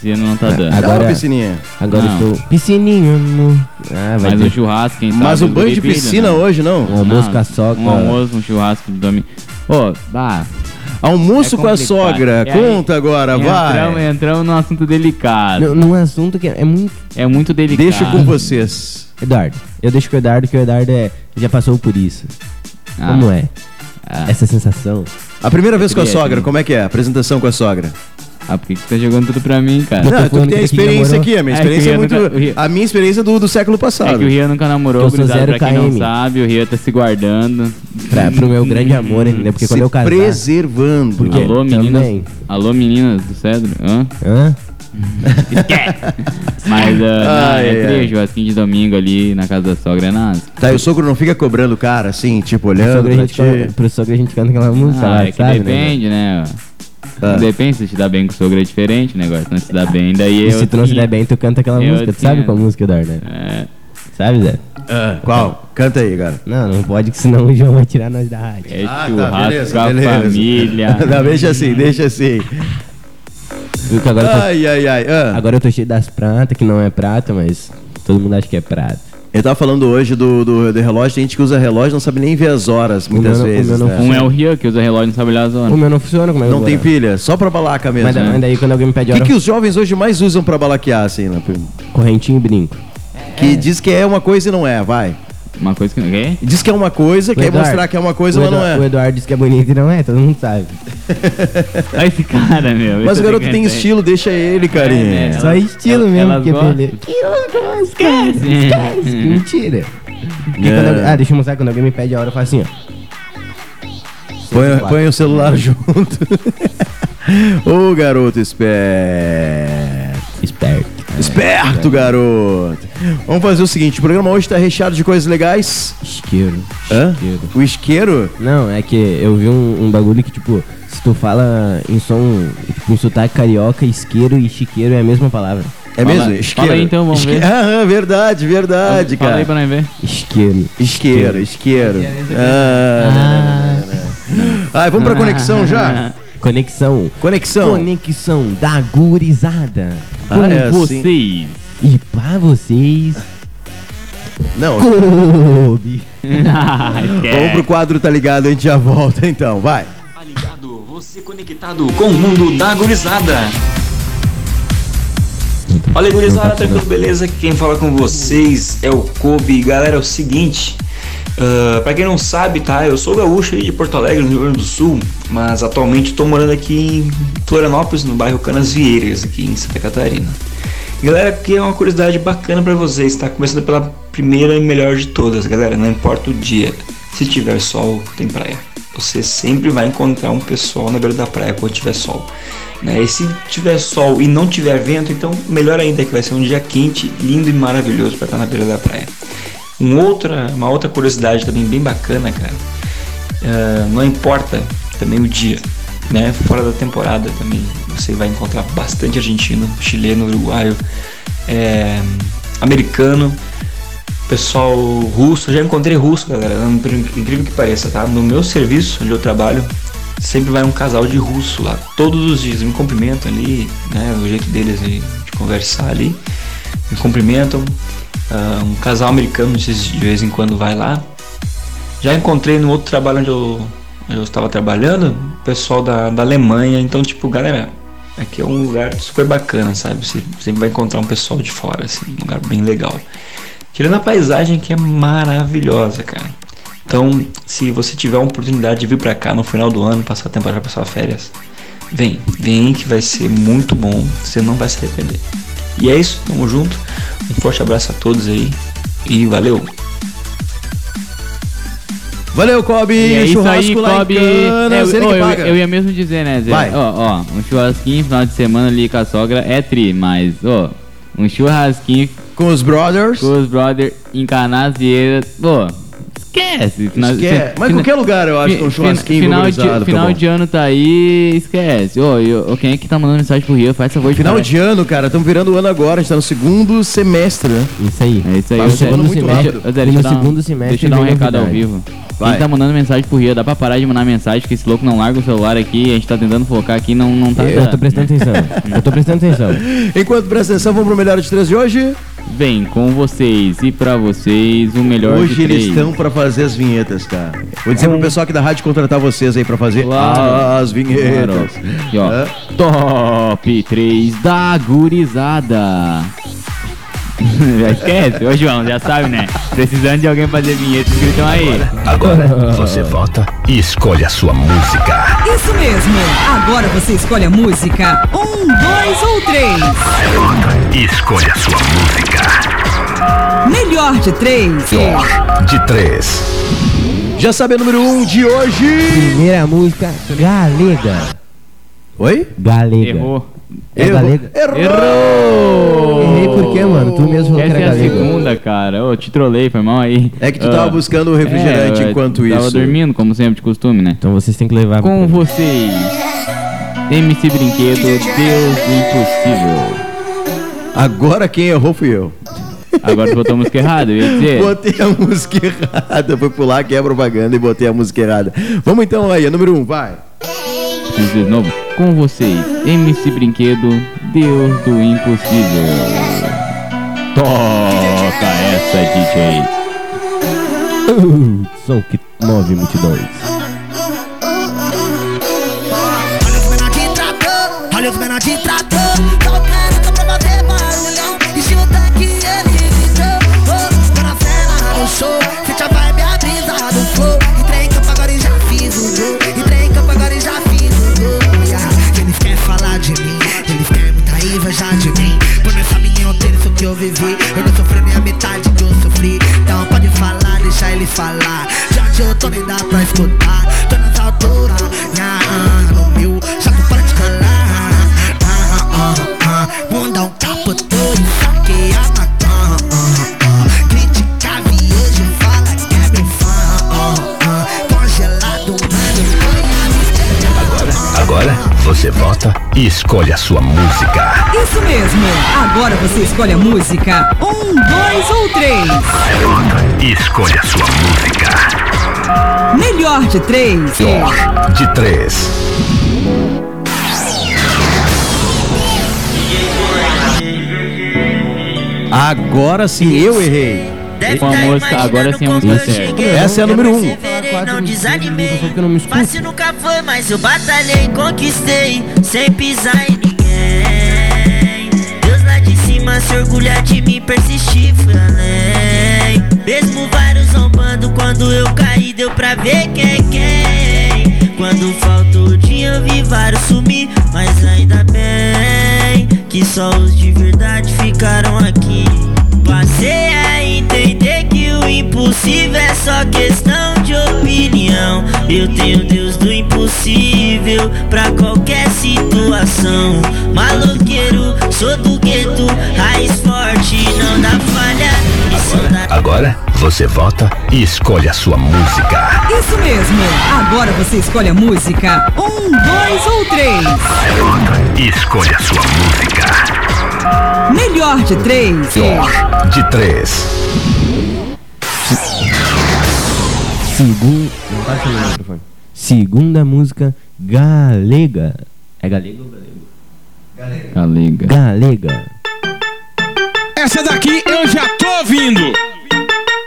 piscina não tá dando. Agora- Agora, piscininha. Agora Não. estou. Piscininha, amor. Ah, vai Mas um ter churrasco, quem sabe? Mas um os banho guri de pilha, piscina né? hoje, um não. almoço Não, com a sogra. Um almoço, um churrasco de domingo. Ô, bah, Almoço É com a complicado. sogra. E aí? é Conta agora, entramos, vai. entramos num assunto delicado. N- Num assunto que é muito. É muito delicado. Deixa com vocês. Eduardo, eu deixo com o Eduardo, que o Eduardo é- já passou por isso. Ah, Como é? ah. Essa sensação. A primeira vez com a queria, sogra, né? como é que é? A apresentação com a sogra. Ah, por que que você tá jogando tudo pra mim, cara? tô Não, tu falando tem a que aqui né, experiência namorou. aqui, a minha É que experiência é eu muito. nunca- eu ia- A minha experiência é do, do século É passado. que o Rian nunca namorou, Eu sou gurizada, pra zero quem não KM. sabe, o Rian tá se guardando. Pra, pro meu grande amor, né? Porque Se quando eu casar... preservando. Por quê? Alô, meninas. Também. Alô, meninas do Cedro. Hã? Hã? Mas ah, não, é Ai, ai, ai. três, churrasquinho de domingo ali na casa da sogra, é nada. Tá, e o sogro não fica cobrando o cara, assim, tipo, Pro olhando sogro É a pra gente tá- canta- ti. Pro sogro a gente canta aquela música Ah, lá, é que sabe? né? depende, né? Ah. Depende se te dá bem com o sogro é diferente, o negócio. Se não se dá bem, daí é E eu. se tu não né, se der bem, tu canta aquela Eu música. Tu sabe tinha- qual música, Eduardo? né? É, Sabe, Zé? Ah. Qual? Canta aí, cara. Não, não pode, que senão o João vai tirar nós da rádio. Ah, é tá, churrasco com a família. não, deixa assim, deixa assim. Viu que agora, tá- eu tô- Ai, ai, ai. ah. agora eu tô cheio das pratas, que não é prata, mas todo mundo acha que é prata. Eu tava falando hoje do, do, do relógio, tem gente que usa relógio e não sabe nem ver as horas, meu muitas não- o vezes. meu não né? Um é o Rian, que usa relógio e não sabe olhar a O zona. meu não funciona, como é que eu Não vou tem olhar? pilha, só pra balaca mesmo. Mas, é né? mas daí quando alguém me pede O que, hora, que os jovens hoje mais usam pra balaquear, assim, né? correntinho e brinco. Que diz que é uma coisa e não é, vai. Uma coisa que não. Quê? Diz que é uma coisa, O quer Eduardo- mostrar que é uma coisa, o mas não Eduardo- O é. Eduardo diz que é bonito e não é, todo mundo sabe. Olha esse cara, meu. Mas esse o garoto tem cara- estilo, deixa ele, É, né? carinha. Só Elas- estilo el- mesmo, elas que é gostam. beleza. Que louco, esquece, esquece, que mentira. Porque É. quando alguém- ah, deixa eu mostrar, quando alguém me pede a hora, eu faço assim, ó. Põe, põe o celular junto. Ô garoto esperto. Esperto. Esperto, garoto. Vamos fazer o seguinte: o programa hoje tá recheado de coisas legais. Isqueiro. Hã? Isqueiro. O isqueiro? Não, é que eu vi um, um bagulho que, tipo, se tu fala em som, tipo, em sotaque carioca, isqueiro e chiqueiro é a mesma palavra. É Fala- mesmo? fala Isqueiro. aí então, vamos Isque- ver. Aham, verdade, verdade, Fala aí cara. pra nós ver. Isqueiro. Isqueiro, isqueiro. Ah, Ai, vamos Ah. pra conexão já? Conexão. Conexão. Conexão da gurizada. Ah, Com é vo- assim. Vocês. E pra vocês, Não, coube. Ah, vamos esquece. pro quadro, tá ligado? A gente já volta então, vai. Tá ligado? Você conectado com o mundo da gurizada. Olha, gurizada, tranquilo, beleza? Quem fala com vocês é o Kobe. Galera, é o seguinte. ah, pra quem não sabe, tá? Eu sou gaúcho aí de Porto Alegre, no Rio Grande do Sul, mas atualmente tô morando aqui em Florianópolis, no bairro Canas Vieiras, aqui em Santa Catarina. Galera, aqui é uma curiosidade bacana pra vocês, tá? Começando pela primeira e melhor de todas, galera. Não importa o dia, se tiver sol, tem praia. Você sempre vai encontrar um pessoal na beira da praia quando tiver sol. Né? E se tiver sol e não tiver vento, então melhor ainda, que vai ser um dia quente, lindo e maravilhoso pra estar na beira da praia. Um outra, uma outra curiosidade também bem bacana, cara. Ah, não importa também o dia, né? Fora da temporada também você vai encontrar bastante argentino, chileno, uruguaio, é, americano, pessoal russo. Já encontrei russo, galera, por incrível que pareça, tá? No meu serviço onde eu trabalho, sempre vai um casal de russo lá, todos os dias. Me cumprimentam ali, né? O jeito deles de de conversar ali, me cumprimentam. Ah, um casal americano de de vez em quando vai lá, já encontrei no outro trabalho onde eu, onde eu estava trabalhando, pessoal da, da Alemanha. Então, tipo, galera, aqui é um lugar super bacana, sabe? Você sempre vai encontrar um pessoal de fora, assim, um lugar bem legal. Tirando a paisagem que é maravilhosa, cara. Então, se você tiver a oportunidade de vir pra cá no final do ano, passar a temporada, passar férias, vem, vem que vai ser muito bom, você não vai se arrepender. E é isso, tamo junto. Um forte abraço a todos aí e valeu! Valeu, E Kobe. é isso Churrasco aí, lá em Kobe. Canas, É, ele ô, que eu, paga. eu ia mesmo dizer, né, Zé? Vai. Ó, ó, um churrasquinho final de semana ali com a sogra é tri, mas, ó, um churrasquinho Com os brothers. com os brother em Canasieira, pô, esquece. Final- Esquece. fi- Mas em fina- qualquer lugar eu acho que um fi- churrasquinho final de, valorizado, tá final bom. de ano tá aí, esquece. Ô, e ô, quem é que tá mandando mensagem pro Rio? Faz favor de Final parar. de ano, cara, estamos virando o ano agora, a gente tá no segundo semestre, né? Isso aí. É isso aí, Tá no ô, Zé. segundo Deixa- semestre. ô, Zé, deixa No eu dar um- segundo semestre Deixa eu dar um vem recado ao novidade. vivo. Vai. Quem tá mandando mensagem pro Rio, dá pra parar de mandar mensagem, porque esse louco não larga o celular aqui, a gente tá tentando focar aqui, não, não tá. Eu tô prestando atenção. Eu tô prestando atenção. Enquanto presta atenção, vamos pro melhor de três de hoje. Vem com vocês e pra vocês o melhor de hoje eles três. estão pra fazer as vinhetas, cara. Vou Hum. dizer pro pessoal aqui da rádio contratar vocês aí pra fazer Claro. as vinhetas. Claro. Aqui, ó. Hã? Top 3 da gurizada. já esquece, ô João, já sabe, né? Precisando de alguém fazer vinheta, escritão aí. Agora você vota e escolhe a sua música. Isso mesmo. Agora você escolhe a música. Um, dois ou três. Escolhe a sua música. Melhor de três. De três. Já sabe a número um de hoje. Primeira música, Galega. Oi? Galega. Errou. É Galega. Errou! Errei por é um- quê, mano? Tu mesmo falou que Essa era é a Galega. segunda, cara. Ô, te trolei, foi mal aí. É que tu tava Ah, buscando o refrigerante é, eu enquanto Tava isso. dormindo, como sempre, de costume, né? Então vocês têm que levar. Com vocês, MC Brinquedo, Deus Impossível. Agora quem errou fui eu. Agora tu botou a música errada, eu ia dizer. Botei a música errada. Fui pular que é propaganda e botei a música errada. Vamos então aí, a número um, vai. Diz de novo, com vocês, MC Brinquedo, Deus do Impossível. Toca essa, DJ. Som que move multidões. Olha os menor de trator, olha os menor de trator Tocando só pra fazer barulhão Estilo que ele gritou Oh, tô na cena, no show Sente a vibe, a brisa do flow Entrei em campo agora e já fiz o gol Entrei em campo agora e já fiz o gol yeah. Eles querem falar de mim Eles querem muita inveja de mim Por não sabem o terço que eu vivi Eu não sofri nem a metade que eu sofri Então pode falar, deixa ele falar Já de eu tô nem dá pra escutar Tô nessa altura, nha, ah, no meu Chato para de calar ah, ah, ah, Bunda um capotou e saquei a matar ah, Critica viejo, fala que é meu fã ah, ah, Congelado, mano, Agora você vota e escolhe a sua música. Isso mesmo. Agora você escolhe a música. Um, dois ou três. Escolhe a sua música. Melhor de três. De três. Agora sim, eu errei. Com tá a música, agora sim a música certa. Essa é a número um. Não desanimei. Só que eu não me escuto. Fácil nunca foi, mas eu batalhei, conquistei, sem pisar em ninguém. Deus lá de cima se orgulhar de mim, persisti, fui além. Mesmo vários zombando, quando eu caí deu pra ver quem é quem. Quando faltou o dia eu vi vários sumir, mas ainda bem que só os de verdade ficaram aqui. Passei a entender que o impossível é só questão de opinião. Eu tenho Deus do impossível pra qualquer situação. Maloqueiro, sou do gueto, raiz forte, não dá falha. Isso dá Agora você vota e escolhe a sua música. Isso mesmo. Agora você escolhe a música. Um, dois ou três. Escolhe a sua música. Melhor de três. De três. Segunda. Não tá chamando o microfone. Segunda música, Galega. É Galega ou Galega? Galega. Galega. Essa daqui eu já tô ouvindo.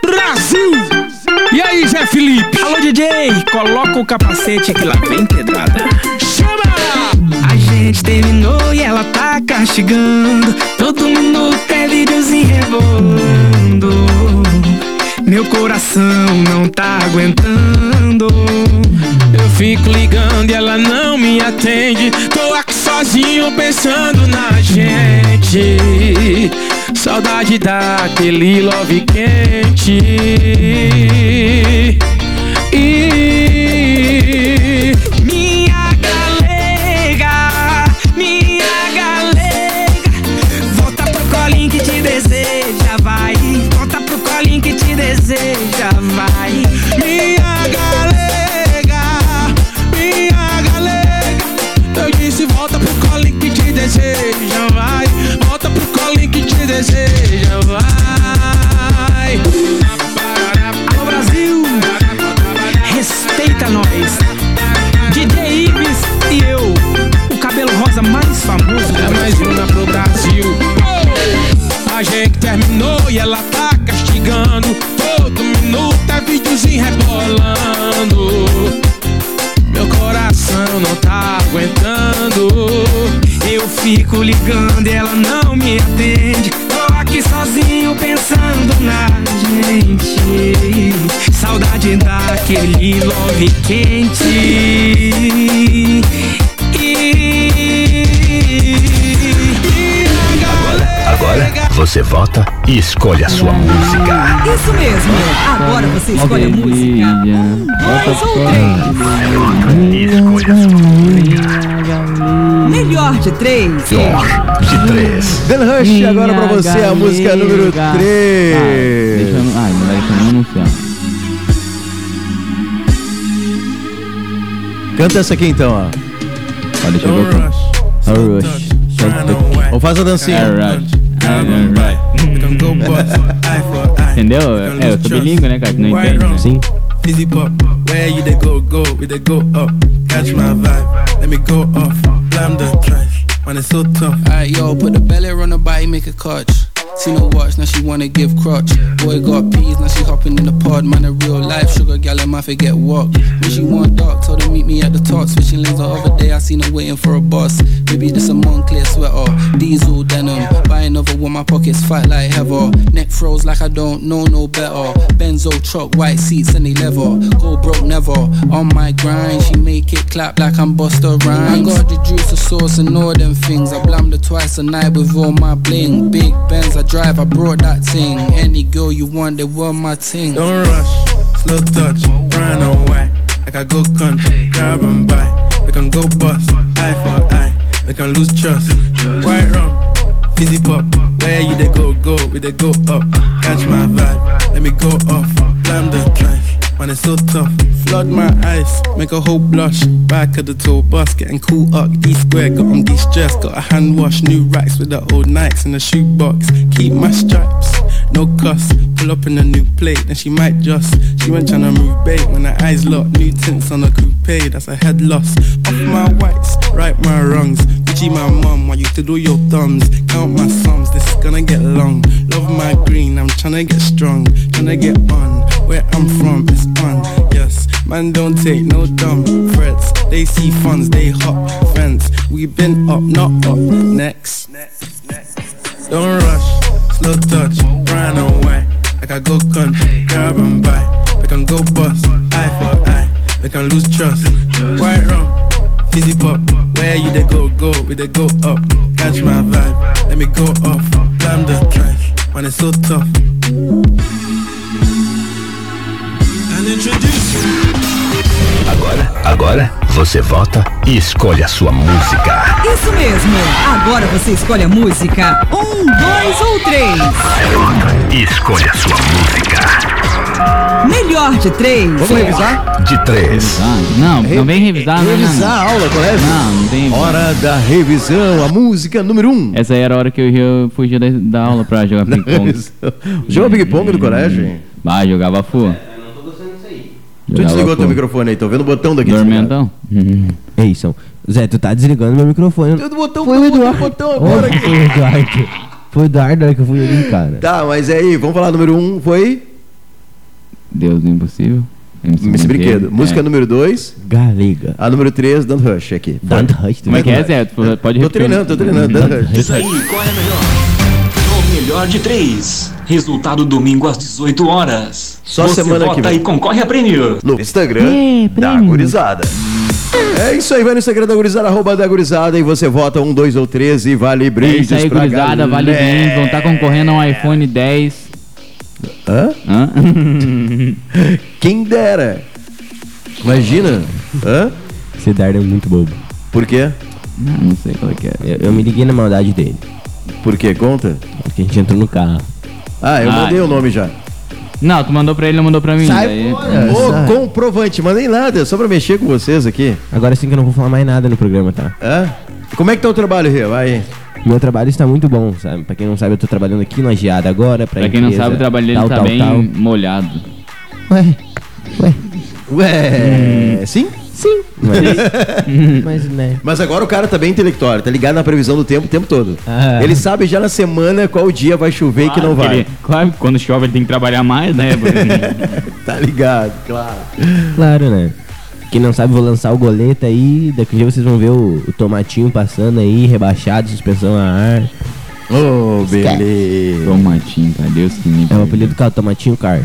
Brasil! E aí, Zé Felipe? Alô, DJ! Coloca o capacete que lá vem pedrada. Chama! A gente terminou e ela tá castigando. Todo minuto é videozinho rebolando. Meu coração não tá aguentando. Eu fico ligando e ela não me atende. Tô aqui sozinho pensando na gente. Saudade daquele love quente. E minha galega, minha galega, volta pro colinho que te deseja, vai. Volta pro colinho que te deseja, vai. viagem que terminou e ela tá castigando. Todo minuto é videozinho rebolando. Meu coração não tá aguentando. Eu fico ligando e ela não me atende. Tô aqui sozinho pensando na gente. Saudade daquele love quente. Agora você vota e escolhe a sua música. Isso mesmo. Agora você escolhe a música. Um, dois ou três. E escolhe a sua Melhor de três. melhor de três. Dan Rush, Minha agora pra você a música é número galega. Ah, deixa 3. eu. Ai, moleque, tá eu não anunciar. Canta essa aqui então, ó. Ó, deixa eu ver como. Rush. Vamos fazer a É, dancinha. Alright. Alright. Entendeu? É, eu sou bilíngue, né, cara? que Não entende. né? Sim. Easy pop, where you they go, go, we they go up. Catch my vibe, let me go off. Blam the trash, man, it's so tough. Alright, yo, put the belly on the body, make a clutch. See no watch, now she wanna give crutch. Boy got peas, now she hopping in the pod. Man, a real life sugar gal, I might forget what. When she want dark, told her meet me at the top. Switching lanes the other day, I seen her waiting for a bus. Maybe this a Moncler sweater, diesel denim. Buy another one, my pockets fat like heather. Neck froze like I don't know no better. Benzo truck, white seats and they leather. Go broke never. On my grind, she make it clap like I'm Buster Rhymes. I got the juice, the sauce, and all them things. I blammed her twice a night with all my bling. Big Benz, I drive, I brought that thing. Any girl you want, they were my thing. Don't rush, slow touch, brown on white. Like I go country, grab and buy. We can go bust, eye for eye. We can lose trust. White rum, fizzy pop. Where you they go, go, we they go up. Catch my vibe, let me go off. Climb the trash, man it's so tough. Flood my eyes, make a whole blush. Back of the tour bus, getting cool up. D square, got on de-stress, got a hand wash. New racks with the old Nikes in the shoebox. Keep my stripes, no cuss. Pull up in a new plate, then she might just. She went tryna move bait when her eyes locked. New tints on a coupe, that's a head loss. Off my whites, right my wrongs. Gucci my mum, why you to do your thumbs? Count my sums, this is gonna get long. Love my green, I'm tryna get strong. Tryna get on, where I'm from, it's on. Yes, man don't take no dumb threats. They see funds, they hop fence. We been up, not up. Next. Don't rush, slow touch, brown and white. Like I go country, grab and buy. We can go bust, eye for eye. We can lose trust. White rum, fizzy pop. Where you they go, go, we they go up. Catch my vibe, let me go off. Climb the trash, man it's so tough. And introduce you. Agora, agora você vota e escolhe a sua música. Isso mesmo. Agora você escolhe a música. Um, dois ou três. E escolhe a sua música. Melhor de três. Vamos revisar? De três. Ah, não, não vem revisar, Ah, né, não, Revisar a aula, colégio? não. Não, não tem. Hora da revisão, a música número 1. Um. Essa aí era a hora que eu ia fugir da, da aula pra jogar ping-pong. Jogou ping-pong no colégio? hein? Ah, jogava full. Tu desligou teu microfone aí, tô vendo o botão daqui. Dormentão. É isso. Zé, tu tá desligando meu microfone. desligado. Eu botão, Foi o eu botei Eduardo. botão Ô, agora. foi o Eduardo. Foi o Eduardo na hora que eu fui ali, cara. Tá, mas aí, vamos falar número 1 um, foi Deus do impossível. MC Miss Brinquedo. É. Música número 2, Galega. a número 3, Dan Rush aqui. Dá Rush, né? tu Como é que é, vai- Zé? Tu Pode Tô repetir. treinando, tô treinando, Dan Rush. Isso aí, qual é a melhor? O melhor de três. Resultado domingo às 18 horas. Só Você semana que vota vem. e concorre a prêmio. No Instagram da Gurizada. É isso aí, vai no Instagram da Gurizada, arroba da Gurizada, e você vota um, dois ou três e vale É brindes isso aí, pra gurizada. Vale galera. bem. Vão estar concorrendo a um iPhone 10. Hã? Hã? Quem dera. Imagina. Hã? Esse Eduardo é muito bobo. Por quê? Não, não sei qual é que é. Eu, eu me liguei na maldade dele. Por quê? Conta. Porque a gente entrou no carro. Ah, eu Ah, mandei o nome já. Não, tu mandou pra ele, não mandou pra mim. Daí- Ô, comprovante, mandei nada, é só pra mexer com vocês aqui. Agora sim que eu não vou falar mais nada no programa, tá? Hã? Como é que tá o trabalho, Rio? Vai. Meu trabalho está muito bom, sabe? Pra quem não sabe, eu tô trabalhando aqui na Geada agora. Pra, Pra quem não empresa, sabe, o trabalho dele tal, tá tal, bem tal. molhado. Ué, ué, Ué, É, sim? Sim. Mas, mas né. Mas agora o cara tá bem intelectual, ele tá ligado na previsão do tempo o tempo todo. Ah. Ele sabe já na semana qual dia vai chover e que não vai. Ele- Ah, claro, quando chove ele tem que trabalhar mais, né? tá ligado, claro. Claro, né? Quem não sabe, vou lançar o goleta aí. Daqui a um dia vocês vão ver o, o tomatinho passando aí, rebaixado, suspensão a ar. Ô, beleza. Tomatinho, cara, Deus que me É o apelido do carro, tomatinho car.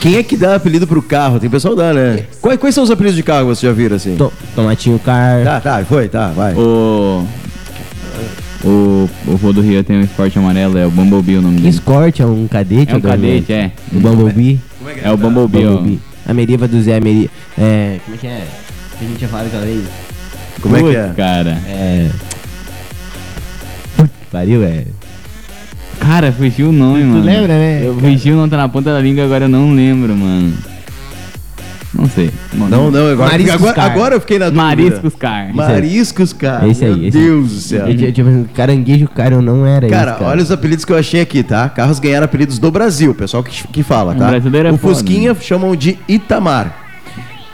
Quem é que dá apelido pro carro? Tem pessoal que dá, né? Quais, quais são os apelidos de carro que você já viram assim? To- tomatinho car. Tá, tá, foi, tá, vai. O. O, o Rô do Rio tem um esporte amarelo, é o Bumblebee o nome dele. Escort é um cadete. É um agora, né? cadete, é. O Bumblebee. É o Bumblebee, ó. Bumblebee. A Meriva do Zé Meri... É... Como é que é? Que a gente tinha falado aquela vez. Como é que Putz, é? Cara. É... Puta que Pariu, é... Cara, fugiu o nome, mano. lembra, né? Eu fugiu o nome, tá na ponta da língua, agora eu não lembro, mano. Não sei. Bom, Não, não, agora, Mariscos agora, Car. agora eu fiquei na dúvida. Mariscos Car. Mariscos, cara. É isso aí, Meu é isso aí. Deus do céu. Eu tinha- tinha pensado, caranguejo, cara, eu não era Cara, isso, olha os apelidos que eu achei aqui, tá? Carros ganharam apelidos do Brasil, pessoal que, que fala, tá? O brasileiro é o foda, Fusquinha chamam de Itamar.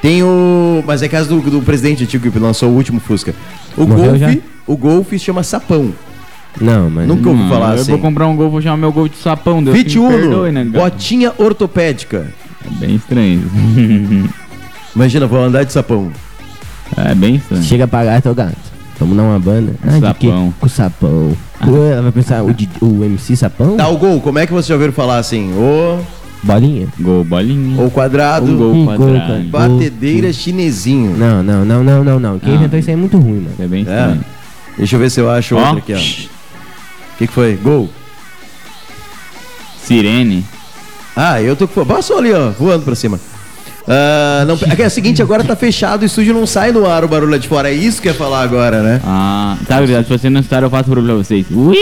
Tem o. Mas é caso do, do presidente antigo que lançou o último Fusca. O Morreu já? Golfe. O Golfe chama Sapão. Não, mas... Nunca ouvi Mano, falar hum, eu assim. um, vou comprar um gol, vou chamar meu gol de sapão. Deus Fit que me Uno, perdoe, né, cara? botinha ortopédica. É bem estranho. Imagina, vou andar de sapão. é bem estranho. Chega a pagar, tô gato. Vamos dar uma banda. Ah, de quê? Sapão. Com sapão. Ué, Ela vai pensar, o, Didi- o MC sapão? Tá, o gol, como é que vocês já ouviram falar assim? O, Bolinha. Gol, bolinha. ou quadrado, Um gol Um gol, quadrado. cara. batedeira chinesinho. Não, não, não, não, não, não. Quem Ah. inventou isso aí é muito ruim, mano. É bem É. estranho. Deixa eu ver se eu acho Ó, outro aqui, ó. O que, que foi? Gol. Sirene. Ah, eu tô com. Passou ali, ó, voando pra cima. Ah, não, é que é o seguinte, agora tá fechado, o estúdio não sai no ar o barulho lá de fora. É isso que eu ia falar agora, né? Ah, tá, verdade. Se vocês não escutaram, eu faço barulho pra vocês. Ui!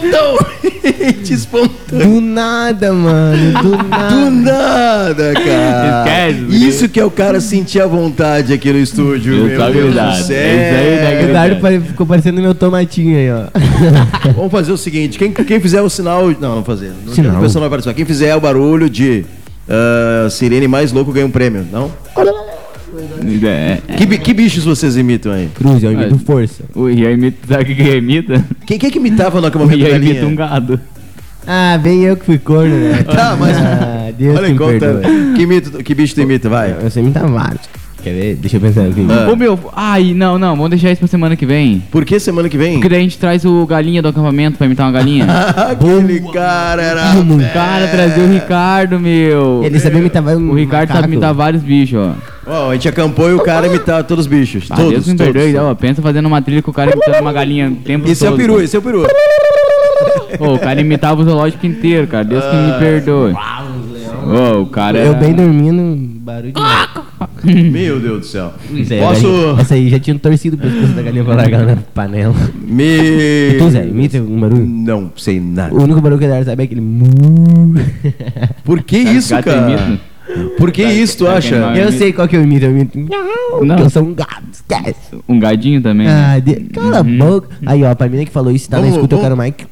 Totalmente espontâneo. Do nada, mano. Do Do nada. nada, cara. Esquece, porque- Isso que é o cara sentir a vontade aqui no estúdio. Eu meu tô Deus do avisado. céu. É isso aí, né, O Eduardo pare- ficou parecendo meu tomatinho aí, ó. Vamos fazer o seguinte: quem, quem fizer o sinal. Não, não fazer. Não, Sinal. A pessoa não vai participar. Quem fizer o barulho de ah, Sirene mais louco ganha um prêmio, não? É, é. Que, bi- que bichos vocês imitam aí? Cruz, é um jeito força. O Ian imita, sabe o que que ele imita? Quem, quem é que imitava no O acampamento da Ian imita galinha? um gado. Ah, bem eu que fui corno, né? Tá, mas- Ah, Deus Olha que aí, me conta. perdoe. Que, mito- que bicho tu imita, vai. É. Eu sei me vários. Quer ver? Deixa eu pensar aqui. Ah. Ô meu, ai, não, não, vamos deixar isso pra semana que vem. Por que semana que vem? Porque daí a gente traz o galinha do acampamento pra imitar uma galinha. Aquele cara era. Como? Cara, trazer o Ricardo, meu. Ele sabia imitar vários O Ricardo sabe imitar vários bichos, ó. Ó, a gente acampou e o cara imitava todos os bichos. Ah, todos, Deus me todos. perdoe, né? ó. Pensa fazendo uma trilha com o cara imitando uma galinha o tempo Esse é o todo. peru, esse é o peru. Ô, o cara imitava o zoológico inteiro, cara. Deus que Ah, me perdoe. Ô, o cara Eu era... bem dormindo, barulho de Hum. Meu Deus do céu. é, Zé, Ah, Posso. galinha- Essa aí já tinha torcido o pescoço da galinha pra largar na panela. Me. E tu, Zé, imita um barulho? Não sei nada. O único barulho que o Eduardo sabe é aquele mu. Por que isso, gato é cara? imita. Por que isso, tu tá acha? queimado. Eu sei qual que eu imito, eu imito. Não. Não. Eu sou um gato, esquece. Um gadinho também. né? Ah, de... Cala a boca. Aí, ó, pra menina que falou isso, tá na Vamos, escuta, eu quero vamos. Mike.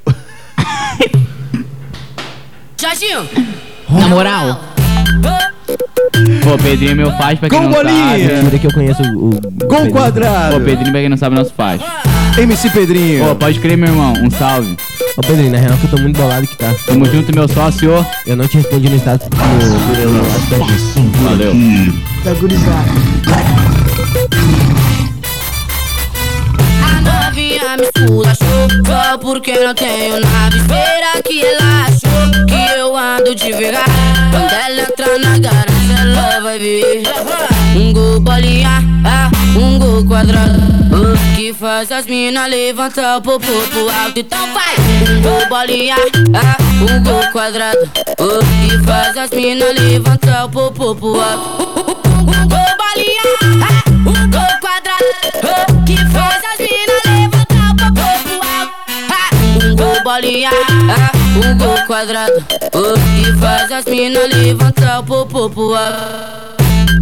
Jorginho, Na moral. Ô, Pedrinho é meu faz pra quem Gol, não bolinha! sabe. Mentira que eu conheço o. o- Gol Ô, quadrado! Pedrinho pra quem não sabe, nosso faz. MC Pedrinho! Ô, pode crer, meu irmão. Um salve. Ô, Pedrinho, na real que eu tô muito bolado que tá. Tamo junto, meu sócio. Eu não te respondi no estado. Valeu. a novinha mistura show Só porque não tenho nada Espera que ela achou Que eu ando devagar Quando ela entrar na garagem Ela vai ver Um gol bolinha ah, Um gol quadrado ah, Que faz as minas levantar o popô pro alto Então vai Um gol bolinha ah, Um gol quadrado ah, Que faz as minas levantar o popô pro alto Um gol bolinha ah, Um gol quadrado ah, Que faz as minas levantar o popô pro alto Ah, Um gol bolinha, ah, um gol é, quadrado ah, Que faz as minas levantar o popô pro alto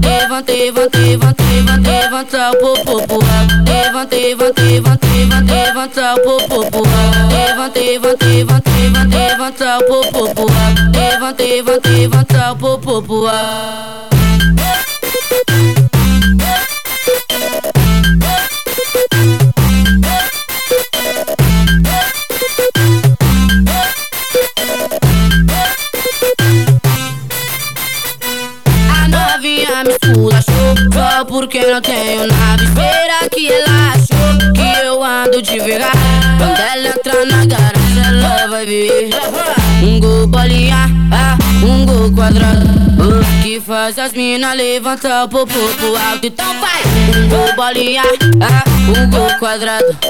Levanta, levanta, levanta, levanta, levanta o popo pro alto. Levanta, levanta, levanta, levanta, levanta o popo pro alto. Levanta, levanta, levanta, levanta, levanta o popo pro alto. Levanta, levanta, levanta o popo pro alto. A novinha mistura show Só porque não tenho nada Espera que ela achou Que eu ando devagar Quando ela entrar na garagem Ela vai ver Um gol bolinha ah, Um gol quadrado O Que faz as minas levantar o popô pro alto Então vai Um gol bolinha ah, Um gol quadrado